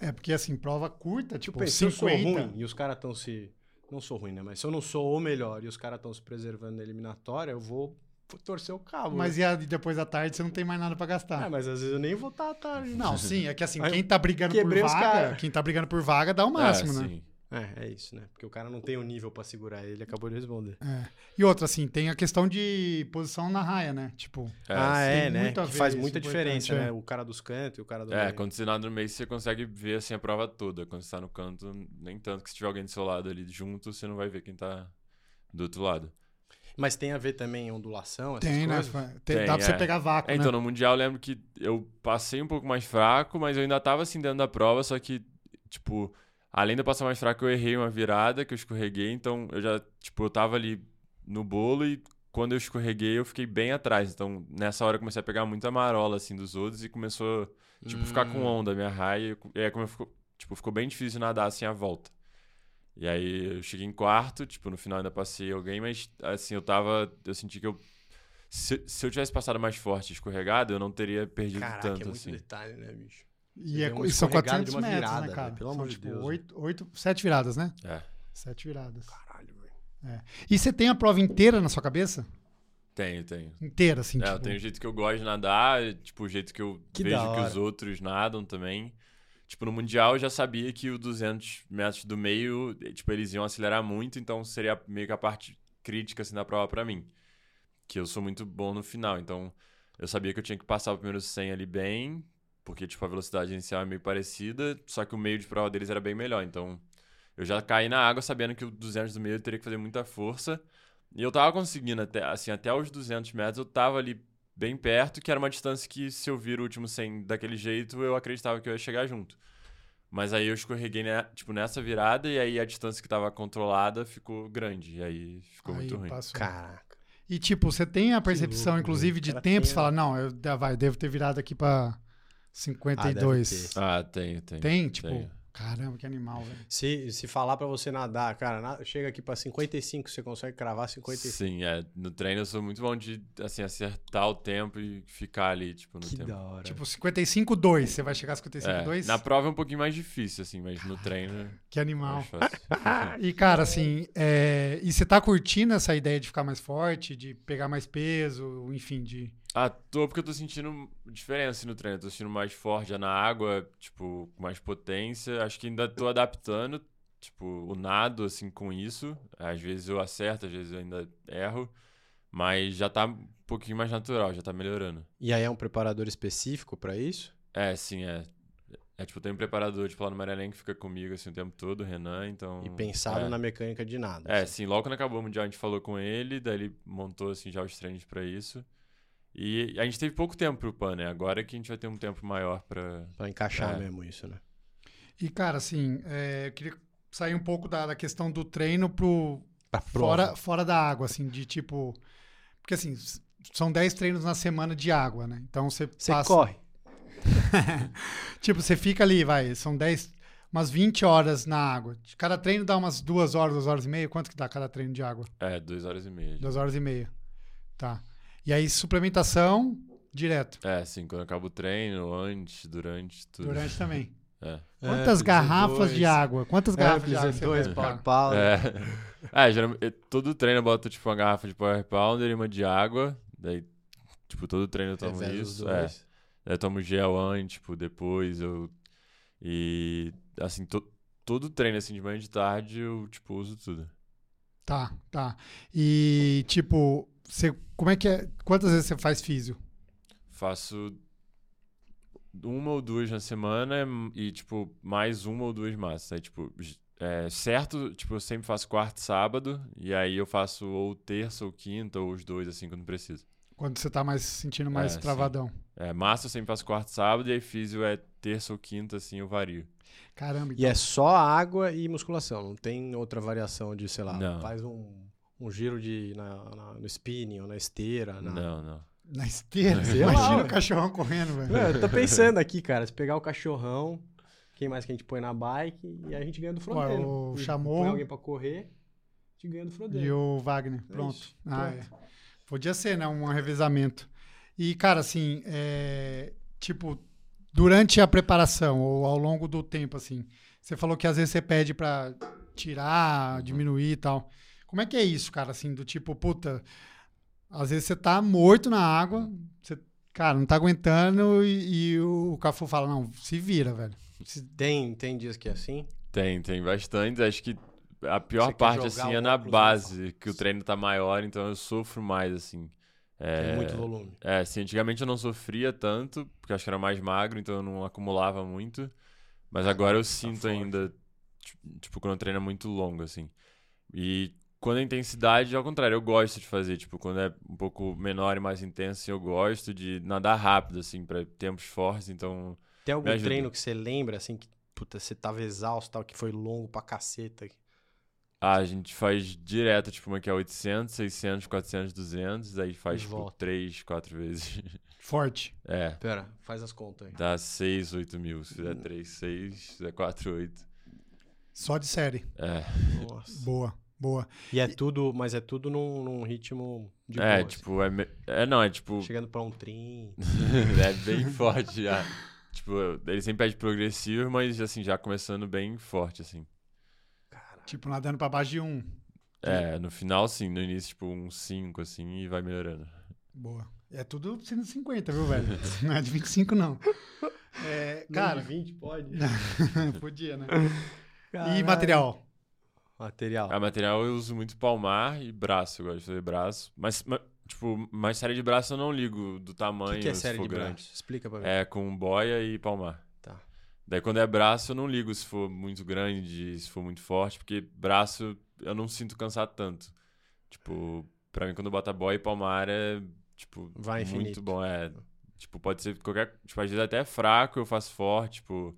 É, porque assim, prova curta, tipo, Tipo, se eu sou 50. ruim e os caras estão se. Não sou ruim, né? Mas se eu não sou o melhor e os caras estão se preservando na eliminatória, eu vou torcer o cabo. Mas né? e tá? a- depois da tarde você não tem mais nada pra gastar. Ah, mas às vezes eu nem vou tá. estar à tarde. Não, sim, é que assim, Ah, Aí eu quem tá brigando por quebrei os vaga, cara. quem tá brigando por vaga dá o máximo, É, né? sim. É, é isso, né? Porque o cara não tem o nível pra segurar ele, acabou de responder. E outra, assim, tem a questão de posição na raia, né? Tipo, É, ah, sim. é, tem né? muito a Que ver faz isso, muita importante, diferença, é. né? O cara dos cantos e o cara do. É, meio. quando você nada no meio, você consegue ver, assim, a prova toda. Quando você tá no canto, nem tanto. Que se tiver alguém do seu lado ali junto, você não vai ver quem tá do outro lado. Mas tem a ver também ondulação, essas tem, né? coisas. Tem- Tem, dá pra você é. pegar vácuo, É, né? então, no Mundial eu lembro que eu passei um pouco mais fraco, mas eu ainda tava assim dentro da prova, só que, tipo, além de eu passar mais fraco, eu errei uma virada que eu escorreguei, então eu já, tipo, eu tava ali no bolo e quando eu escorreguei eu fiquei bem atrás. Então, nessa hora eu comecei a pegar muita marola, assim, dos outros e começou, tipo, ficar Hum. com onda a minha raia. E aí, como eu fico, tipo, ficou bem difícil de nadar, assim, a volta. E aí eu cheguei em quarto, tipo, no final ainda passei alguém, mas, assim, eu tava, eu senti que eu se, se eu tivesse passado mais forte e escorregado, eu não teria perdido Caraca, é tanto, muito assim. detalhe, né, bicho? E, é, Deu uma e são escorregada de 400 uma metros, virada, né, né? cara? Pelo são, amor de tipo, Deus, né? Oito, oito, sete viradas, né? É. Sete viradas. É. Caralho, velho. E você tem a prova inteira na sua cabeça? Tenho, tenho. Inteira, assim, É, tipo... eu tenho o jeito que eu gosto de nadar, e, tipo, o jeito que eu Que da vejo que os hora. outros nadam também. Tipo, no Mundial eu já sabia que o 200 metros do meio, eh, tipo, eles iam acelerar muito, então seria meio que a parte crítica, assim, da prova pra mim. Que eu sou muito bom no final, então eu sabia que eu tinha que passar o primeiro 100 ali bem, porque, tipo, a velocidade inicial é meio parecida, só que o meio de prova deles era bem melhor, então... Eu já caí na água sabendo que o 200 do meio eu teria que fazer muita força, e eu tava conseguindo, até, assim, até os 200 metros eu tava ali bem perto, que era uma distância que se eu vir o último 100 daquele jeito, eu acreditava que eu ia chegar junto. Mas aí eu escorreguei, né, tipo, nessa virada e aí a distância que tava controlada ficou grande. E aí ficou Aí muito ruim. passou. Caraca. E, tipo, você tem a percepção, louco, inclusive, velho. de Cara, tempo? tem, Ah, Você fala, não, eu da- vai, devo ter virado aqui pra 52. Ah, tem, tem. tem? Tipo, tem. caramba, que animal, velho. Se, se falar pra você nadar, cara, na- chega aqui pra 55, você consegue cravar 55. Sim, é. No treino eu sou muito bom de, assim, acertar o tempo e ficar ali, tipo, no Que tempo. da hora. Tipo, 55,2. Você vai chegar a 55,2? É, na prova é um pouquinho mais difícil, assim, mas no treino Que é animal. mais fácil. Ah! E, cara, assim, é, e você tá curtindo essa ideia de ficar mais forte, de pegar mais peso, enfim, de. Ah, tô porque eu tô sentindo diferença no treino. Eu tô sentindo mais forte já na água, tipo, com mais potência. Acho que ainda tô adaptando, tipo, o nado, assim, com isso. Às vezes eu acerto, às vezes eu ainda erro. Mas já tá um pouquinho mais natural, já tá melhorando. E aí é um preparador específico pra isso? É, sim, é. É, tipo, tem um preparador, tipo, lá no Maranhão que fica comigo, assim, o tempo todo, o Renan, então... E pensado é. na mecânica de nada. É, assim. sim, logo quando acabou o Mundial a gente falou com ele, daí ele montou, assim, já os treinos pra isso. E a gente teve pouco tempo pro PAN, né? Agora que a gente vai ter um tempo maior pra... Pra encaixar É. mesmo isso, né? E, cara, assim, é, eu queria sair um pouco da, da questão do treino pro Pra fora, fora da água, assim, de tipo. Porque, assim, s- são 10 treinos na semana de água, né? Então você Você passa. corre. Tipo, você fica ali, vai, são 10, umas 20 horas na água. Cada treino dá umas 2 horas, 2 horas e meia. Quanto que dá cada treino de água? É, duas horas e meia. 2 horas e meia. Tá. E aí, suplementação direto. É, sim, quando acaba o treino, antes, durante, tudo. Durante também. É. Quantas Amplis garrafas dois. É, de água? Quantas garrafas de água? Amplis Você dois, bebe, pau cara? de pau. É, é geralmente, eu- todo treino eu boto, tipo, uma garrafa de Power Pounder e uma de água. Daí, tipo, todo treino eu tomo Reserva os isso. É. dois. Daí eu tomo gel antes, tipo, depois eu... E, assim, to- todo treino, assim, de manhã e de tarde, eu, tipo, uso tudo. Tá, tá. E, tipo, você, como é que é? Quantas vezes você faz físio? Faço uma ou duas na semana e, tipo, mais uma ou duas massas. Aí, tipo, j- é, certo, tipo, eu sempre faço quarto e sábado, e aí eu faço ou terça ou quinta, ou os dois, assim, quando preciso. Quando você tá mais se sentindo mais É, sim. travadão. É, massa eu sempre faço quarto e sábado, e aí físio é terça ou quinta, assim, eu vario. Caramba, E é só água e musculação, não tem outra variação de, sei lá, Não. faz um, um giro de, na- na- no spinning ou na esteira. Na... Não, não. na esteira, Sei lá, imagina o velho. cachorrão correndo, velho. Mano, eu tô pensando aqui, cara, se pegar o cachorrão, quem mais que a gente põe na bike e a gente ganha do fronteiro. o E Chamorro. Põe alguém pra correr, a gente ganha do E fronteiro. o Wagner, É pronto. isso, Ah, pronto. é. Podia ser, né? Um revezamento. E, cara, assim, é, tipo, durante a preparação ou ao longo do tempo, assim, você falou que às vezes você pede pra tirar, diminuir e tal. Como é que é isso, cara? Assim, do tipo, puta, às vezes você tá morto na água, você, cara, não tá aguentando e, e o Cafu fala, não, se vira, velho. Tem, tem dias que é assim. Tem, tem bastante. Acho que a pior Você quer parte, jogar um assim, o é na óculos, base, que o treino tá maior, então eu sofro mais, assim. Tem É, muito volume. É, assim, antigamente eu não sofria tanto, porque eu acho que era mais magro, então eu não acumulava muito. Mas agora eu sinto Ah, tá forte. ainda, ti- tipo, quando o treino é muito longo, assim. E quando a intensidade, ao contrário, eu gosto de fazer. Tipo, quando é um pouco menor e mais intenso, assim, eu gosto de nadar rápido, assim, pra tempos fortes. Então, Tem algum Me ajuda. treino que você lembra, assim, que puta, você tava exausto, tal, que foi longo pra caceta. ah, a gente faz direto, tipo, uma que é 800, 600, 400, 200. Aí faz, E tipo, volta. 3, 4 vezes. Forte. é, Pera, faz as contas aí. dá 6, 8 mil. Se Hum. fizer 3, 6, se fizer 4, 8. Só de série. É. Nossa. Boa, boa. E é tudo, mas é tudo num, num ritmo de é, boa, assim. tipo, é, me- é não, é tipo, Chegando pra um 30. é bem forte já. Tipo, eu- ele sempre pede progressivo, mas assim, já começando bem forte, assim. Tipo, nadando pra baixo de um. É, no final sim, no início, tipo, um 5, assim, e vai melhorando. Boa. É tudo 150, viu, velho? Não é de 25, não. É, cara, 20 pode. podia, né? E Caralho. material? Material. A É, material eu uso muito palmar e braço, eu gosto de fazer braço. Mas, ma- tipo, mas série de braço eu não ligo do O tamanho, que, que é se série for de grande. braços? Explica pra mim. É, com boia e palmar. Tá. Daí quando é braço, eu não ligo se for muito grande, se for muito forte, porque braço eu não sinto cansar tanto. Tipo, pra mim quando bota boia e palmar é, tipo, Vai infinito. muito bom. É, tipo, pode ser qualquer... Tipo, às vezes até fraco eu faço forte, tipo...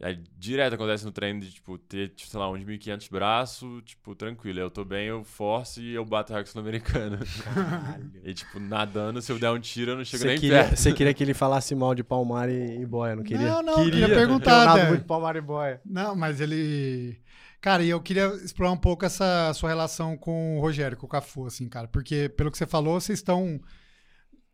É, direto acontece no treino de, tipo, ter, tipo, sei lá, uns 1.500 braço, tipo, tranquilo. Eu tô bem, eu forço e eu bato a sul-americana. Caralho. e, tipo, nadando, se eu der um tiro, eu não chego Você nem queria, perto. você queria que ele falasse mal de Palmar e, e Boia, não queria? Não, não, eu queria perguntar, Eu nado né? muito Palmar e Boia. Não, mas ele. Cara, e eu queria explorar um pouco essa sua relação com o Rogério, com o Cafu, assim, cara. Porque, pelo que você falou, vocês estão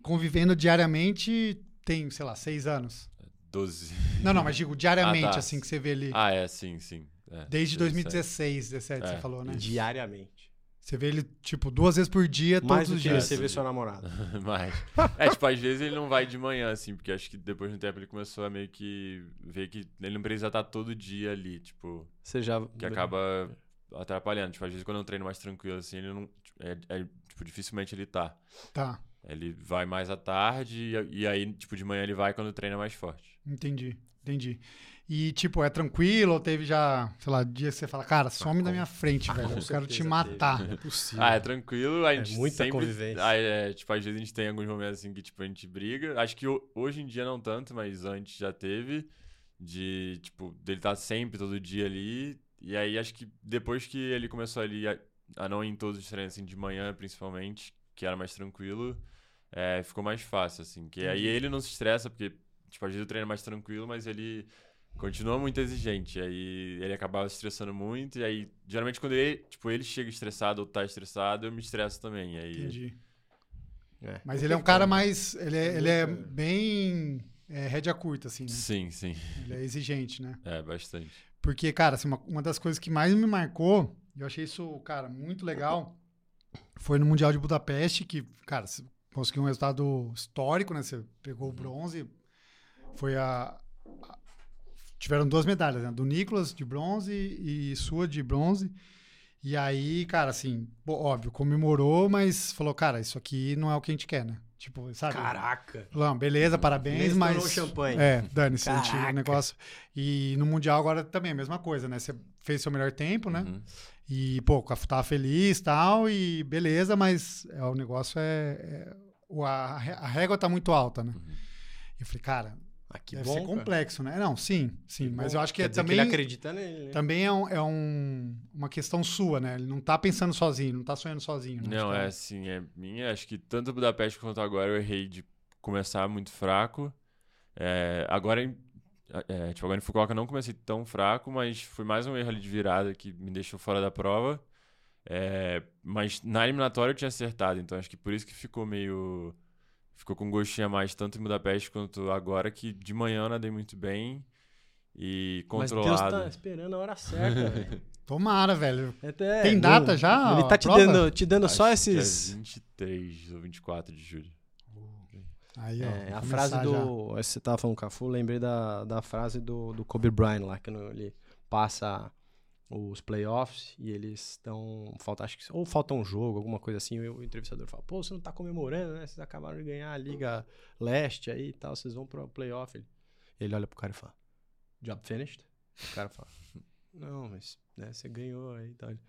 convivendo diariamente, tem, sei lá, seis anos. 12. Não, não, mas digo diariamente, Ah, tá. assim, que você vê ele. Ah, é, sim, sim. É, Desde deve ser. 2016, 17, você É, falou, né? Diariamente. Você vê ele, tipo, duas vezes por dia, todos Mais do os que dias. você vê sua namorada. Mas. É, tipo, às vezes ele não vai de manhã, assim, porque acho que depois de um tempo ele começou a meio que ver que ele não precisa estar todo dia ali, tipo, Você já... que Uhum. acaba atrapalhando. Tipo, às vezes quando eu treino mais tranquilo, assim, é, ele não. É, é, tipo, dificilmente ele tá. Tá. Ele vai mais à tarde e, e aí, tipo, de manhã ele vai quando treina mais forte. Entendi, entendi. E, tipo, é tranquilo ou teve já, sei lá, dia que você fala, cara, some da minha frente, velho. Eu quero te Ah, certeza matar. É possível. Ah, é tranquilo. A gente muita sempre, convivência. Ah, é, tipo, às vezes a gente tem alguns momentos assim que tipo, a gente briga. Acho que ho- hoje em dia não tanto, mas antes já teve. De, tipo, dele estar sempre, todo dia ali. E aí acho que depois que ele começou ali a, a não ir em todos os treinos, assim, de manhã principalmente, que era mais tranquilo, é, ficou mais fácil, assim. Que aí ele não se estressa, porque, tipo, às vezes o treino é mais tranquilo, mas ele continua muito exigente. E aí ele acabava se estressando muito. E aí, geralmente, quando ele, tipo, ele chega estressado ou tá estressado, eu me estresso também. E aí, Entendi. É. Mas ele é um cara mais. Ele é, ele é bem. É, rédea curta, assim, né? Sim, sim. Ele é exigente, né? É, bastante. Porque, cara, assim, uma, uma das coisas que mais me marcou, e eu achei isso, cara, muito legal, foi no Mundial de Budapeste, que, cara, você conseguiu um resultado histórico, né? Você pegou o bronze, foi a... a- Tiveram duas medalhas, né? Do Nicolas de bronze e sua de bronze. E aí, cara, assim, bom, óbvio, comemorou, mas falou, cara, isso aqui não é o que a gente quer, né? Tipo, sabe? Caraca. Não, beleza, Nem parabéns, estourou mas. o champanhe. É, dane-se, a gente- o Caraca. negócio. E no Mundial agora também é a mesma coisa, né? Você fez seu melhor tempo, né? Uhum. E, pô, tava feliz e tal, e beleza, mas é, o negócio é. é- o- a, ré- a régua tá muito alta, né? Uhum. E eu falei, cara, Ah, que deve bom. ser cara. complexo, né? Não, sim, sim, Que mas bom. eu acho que Quer é dizer também. ele acredita nele, né? Também é, um- é um- uma questão sua, né? Ele não tá pensando sozinho, não tá sonhando sozinho. né? Não, Acho que é assim, é minha. Acho que tanto Budapeste quanto agora eu errei de começar muito fraco. É, agora, em- é, tipo, agora em Fukuoka eu não comecei tão fraco, mas foi mais um erro ali de virada que me deixou fora da prova. É, mas na eliminatória eu tinha acertado, então acho que por isso que ficou meio. Ficou com um gostinho a mais, tanto em Budapeste quanto agora, que de manhã eu nadei muito bem e Mas Deus controlado. tá esperando a hora certa, velho. é. Tomara, velho. Até- Tem não- data já, Ele a tá te prova? dando, te dando só Acho que é esses... 23 ou 24 de julho. Aí, ó. É, vou a começar frase já. do. Você tava falando Cafu, lembrei da, da frase do, do Kobe Bryant lá, que no- ele passa os playoffs e eles estão. Falta, acho que, ou falta um jogo, alguma coisa assim, e o entrevistador fala, pô, você não tá comemorando, né? Vocês acabaram de ganhar a Liga Leste aí e tal, vocês vão pro playoff. Ele, ele olha pro cara e fala, Job finished? O cara fala, não, mas né, você ganhou aí e tal. Ele,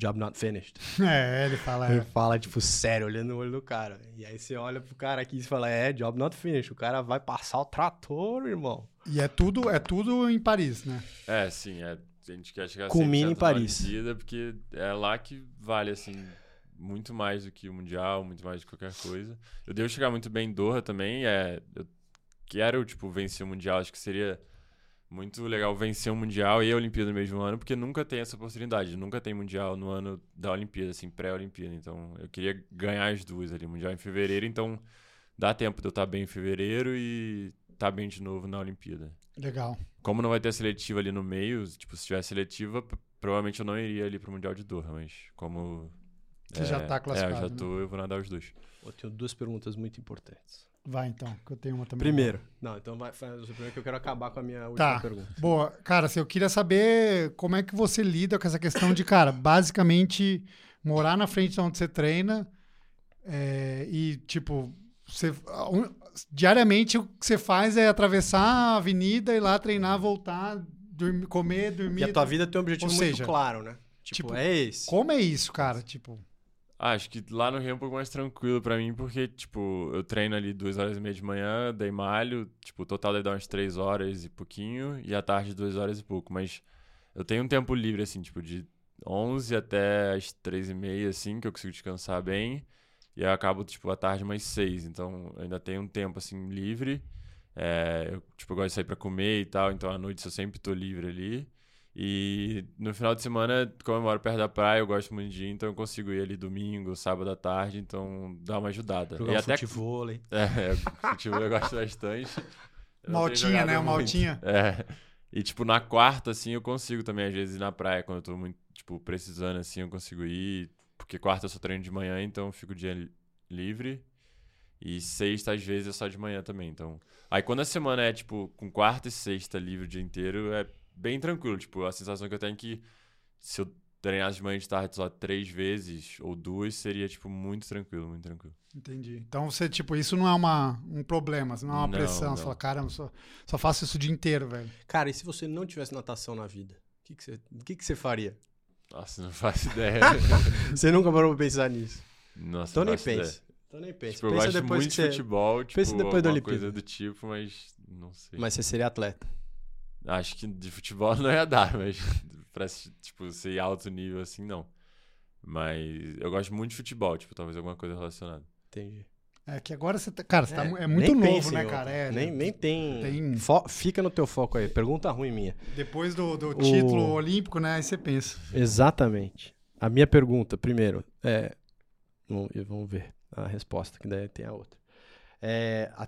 Job not finished. É, ele fala. Ele É. fala, tipo, sério, olhando no olho do cara. E aí você olha pro cara aqui e fala, é, job not finished. O cara vai passar o trator, irmão. E é tudo, é tudo em Paris, né? É, sim, é, a gente quer chegar Culmina em 100% na Paris. medida, porque é lá que vale, assim, muito mais do que o Mundial, muito mais do que qualquer coisa. Eu devo chegar muito bem em Doha também, é, eu quero, tipo, vencer o Mundial, acho que seria muito legal vencer o Mundial e a Olimpíada no mesmo ano, porque nunca tem essa oportunidade, nunca tem Mundial no ano da Olimpíada, assim, pré-Olimpíada, então eu queria ganhar as duas ali, Mundial em fevereiro, então dá tempo de eu estar bem em fevereiro e estar bem de novo na Olimpíada. Legal. Como não vai ter a seletiva ali no meio, tipo, se tiver seletiva, p- provavelmente eu não iria ali pro Mundial de Doha, mas como. Você já tá classificado, É, eu né? já tô, eu vou nadar os dois. Eu tenho duas perguntas muito importantes. Vai então, que eu tenho uma também. Primeiro. Não, então vai, faz o primeiro que eu quero acabar com a minha última Tá. pergunta. Boa, cara, assim, eu queria saber como é que você lida com essa questão de, cara, basicamente morar na frente de onde você treina é, e, tipo, você, a un- diariamente o que você faz é atravessar a avenida, ir lá treinar, voltar, dormir, comer, E dormir. a tua vida tem um objetivo Ou seja, muito claro, né? Tipo, tipo, é esse. Como é isso, cara? Tipo, Ah, acho que lá no Rio é um pouco mais tranquilo pra mim, porque, tipo, eu treino ali duas horas e meia de manhã, dei malho, tipo, o total deve dar umas três horas e pouquinho, e à tarde duas horas e pouco, mas eu tenho um tempo livre, assim, tipo, de 11 até as três e meia, assim, que eu consigo descansar bem, e eu acabo, tipo, à tarde mais seis, então eu ainda tenho um tempo, assim, livre, é, eu, tipo, eu gosto de sair pra comer e tal, então à noite eu sempre tô livre ali, e no final de semana, como eu moro perto da praia, eu gosto muito de ir, então eu consigo ir ali domingo, sábado à tarde, então dá uma ajudada. Jogar e um até futebol aí. é, futebol eu gosto bastante. Eu não tenho Maltinha, né? jogado O muito. Maltinha. É. E, tipo, na quarta, assim, eu consigo também, às vezes, ir na praia, quando eu tô muito, tipo, precisando, assim, eu consigo ir. Porque quarta eu só treino de manhã, então eu fico o dia li- livre. E sexta, às vezes, é só de manhã também, então... Aí, quando a semana é, tipo, com quarta e sexta livre o dia inteiro, é bem tranquilo. Tipo, a sensação que eu tenho é que se eu treinar de manhã e de tarde só três vezes ou duas seria, tipo, muito tranquilo, muito tranquilo. Entendi. Então você, tipo, isso não é uma, um problema, não é uma Não, pressão. não. Você fala, caramba, só, só faço isso o dia inteiro, velho. Cara, e se você não tivesse natação na vida? O que, que, você, o que, que você faria? Nossa, não faço ideia. Você nunca parou pra pensar nisso. Nossa, Então não nem faço ideia. pense. Então nem pense. Tipo, eu pensa gosto depois muito que de você... futebol, tipo, pensa depois da alguma Olimpíada. coisa do tipo, mas não sei. Mas você seria atleta. Acho que de futebol não ia dar, mas pra, se- tipo, ser alto nível assim, não. Mas eu gosto muito de futebol, tipo, talvez alguma coisa relacionada. Entendi. É que agora você tá. Cara, você tá, mu- é nem muito pense novo, em né, outra. cara? É, nem, nem tem... Tem- Fo- Fica no teu foco aí. Pergunta ruim minha. Depois do, do O- título olímpico, né? Aí você pensa. Exatamente. A minha pergunta, primeiro, é. vamos- e Vamos ver a resposta, que daí tem a outra. É, a-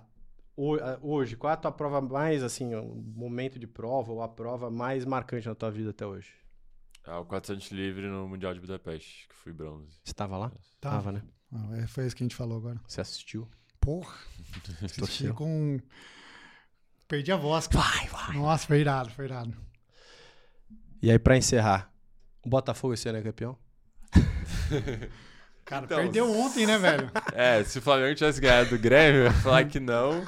ho- a- hoje, qual é a tua prova mais, assim, o momento de prova ou a prova mais marcante na tua vida até hoje? Ah, o 400 livre no Mundial de Budapeste, que fui bronze. Você estava lá? Tá. Tava, né? Ah, é, foi isso que a gente falou agora. Você assistiu? Porra, Torceu. assisti com. um, Perdi a voz, cara. Vai, vai. Nossa, foi irado, foi irado. E aí, pra encerrar, o Botafogo esse ano é campeão? Cara, Então, perdeu ontem, né, velho? É, se o Flamengo tivesse ganhado do Grêmio, eu ia falar que não.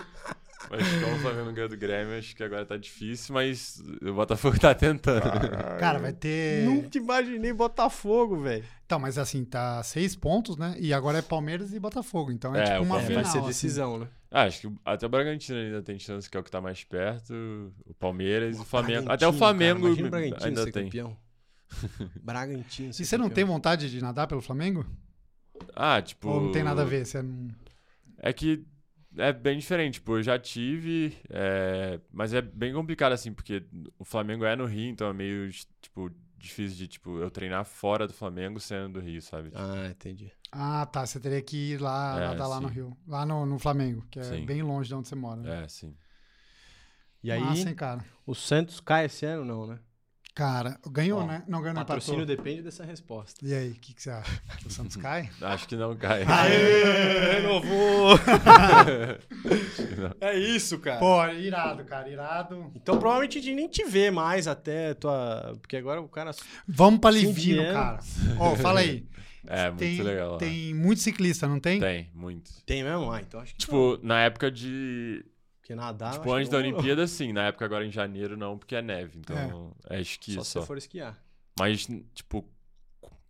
Mas como o Flamengo não ganhou do Grêmio, acho que agora tá difícil, mas o Botafogo tá tentando. Cara, vai ter. Nunca imaginei Botafogo, velho. Então, mas assim, tá seis pontos, né? E agora é Palmeiras e Botafogo. Então é, É, tipo o uma Palmeiras- final. vai ser assim. decisão, né? Ah, acho que até o Bragantino ainda tem chance, que é o que tá mais perto. O Palmeiras, o Flamengo. Até o Bragantino, Flamengo cara, imagina o Bragantino ainda ser tem. campeão. Bragantino. Se ser você não campeão. tem vontade de nadar pelo Flamengo? Ah, tipo. Ou não tem nada a ver? Você um- não... É que é bem diferente, tipo, eu já tive, é, mas é bem complicado, assim, porque o Flamengo é no Rio, então é meio, tipo, difícil de, tipo, eu treinar fora do Flamengo sendo do Rio, sabe? um Ah, entendi. Ah, tá. Você teria que ir lá É, nadar lá no sim. Rio. Lá no, no Flamengo, que é Sim. bem longe de onde você mora. Né? É, sim. E aí, Massa, hein, cara? o Santos cai esse ano, não, né? Cara, ganhou, Ó, né? Não ganhou, não empatou. Patrocínio depende dessa resposta. E aí, o que, que você acha? Que o Santos cai? Acho que não cai. Renovou! Não. é isso, cara. Pô, irado, cara, irado. Então provavelmente de nem te ver mais até tua. Porque agora o cara. Vamos pra Sim, Livino, Viana. cara. Ó, fala aí. É, muito tem, legal lá. Tem muito ciclista, não tem? Tem, muito. Tem mesmo? Ah, então acho que. não. Tipo, na época de. Porque nadar. tipo, acho que antes da não- Olimpíada, sim. Na época agora em janeiro, não, porque é neve. Então, é, esqui Só só. se você for esquiar. Mas, tipo,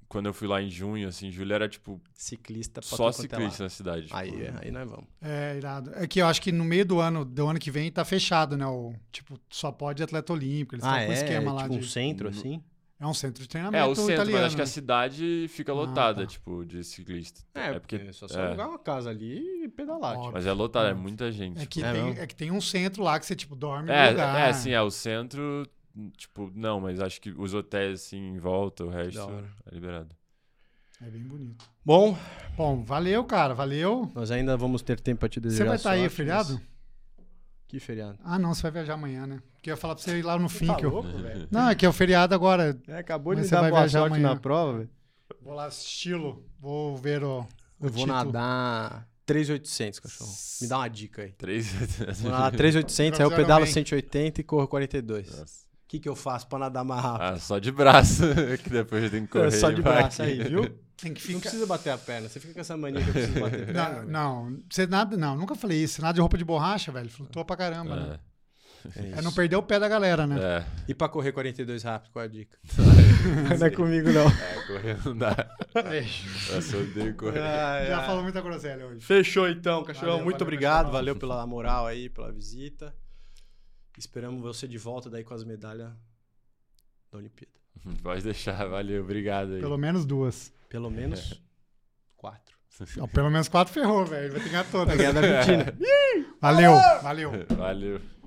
quando eu fui lá em junho, assim, julho era, tipo, Ciclista pra só tudo quanto é ciclista lado. na cidade. tipo, Aí, é, aí nós vamos. É, irado. É que eu acho que no meio do ano, do ano que vem, tá fechado, né? O, tipo, só pode atleta olímpico. Eles ah, estão é? com um esquema lá tipo um de. centro No- assim? É um centro de É, treinamento o centro, italiano. mas acho que é a né? cidade fica Ah, lotada, tá. tipo, de ciclista. É, porque só se é. alugar uma casa ali e pedalar. Ó, tipo. Mas é lotada, é Óbvio. muita gente. É tipo. que, É tem, mesmo? é que tem um centro lá que você, tipo, dorme no lugar. É, é, sim, é o centro, tipo, não, mas acho que os hotéis, assim, em volta, o resto da hora. é liberado. É bem bonito. Bom, Bom, valeu, cara, valeu. nós ainda vamos ter tempo pra te Você desejar. vai estar aí sorte, mas- feriado? Que feriado? Ah, não, você vai viajar amanhã, né? Porque eu ia falar pra você ir lá no fim. Tá que eu- louco, velho? Não, é que é o feriado agora. É, acabou Mas de você dar vai boa viajar sorte amanhã. na prova, velho. Vou lá, estilo. Vou ver o. o Eu vou título. nadar 3,800, cachorro. Me dá uma dica aí. Três Vou nadar 3,800, aí eu Vai fazer pedalo Ironman. 180 e corro 42. O Nossa. que, que eu faço pra nadar mais rápido? Ah, só de braço, que depois tem que correr. É só e de vai. braço aí, viu? Tem que Não ficar. precisa né? bater a perna. Você fica com essa mania que eu preciso bater a perna. Não, velho. não, você nada, não, nunca falei isso. Você nada de roupa de borracha, velho. Flutua pra caramba, né? É, É isso. não perder o pé da galera, né? é, E pra correr 42 rápido, qual é a dica? não é comigo, não. é, correr não dá. Nossa, eu odeio correr. É. Ah, Já falou muita groselha hoje. Fechou então, cachorro. Valeu, Muito valeu, obrigado. pessoal. Valeu pela moral aí, pela visita. Esperamos você de volta daí com as medalhas da Olimpíada. Pode deixar, valeu, obrigado aí. Pelo menos duas. Pelo menos quatro. Não, pelo menos quatro ferrou, velho. Vai ter que ganhar todas. Ganhar da Argentina. Valeu, valeu. Valeu.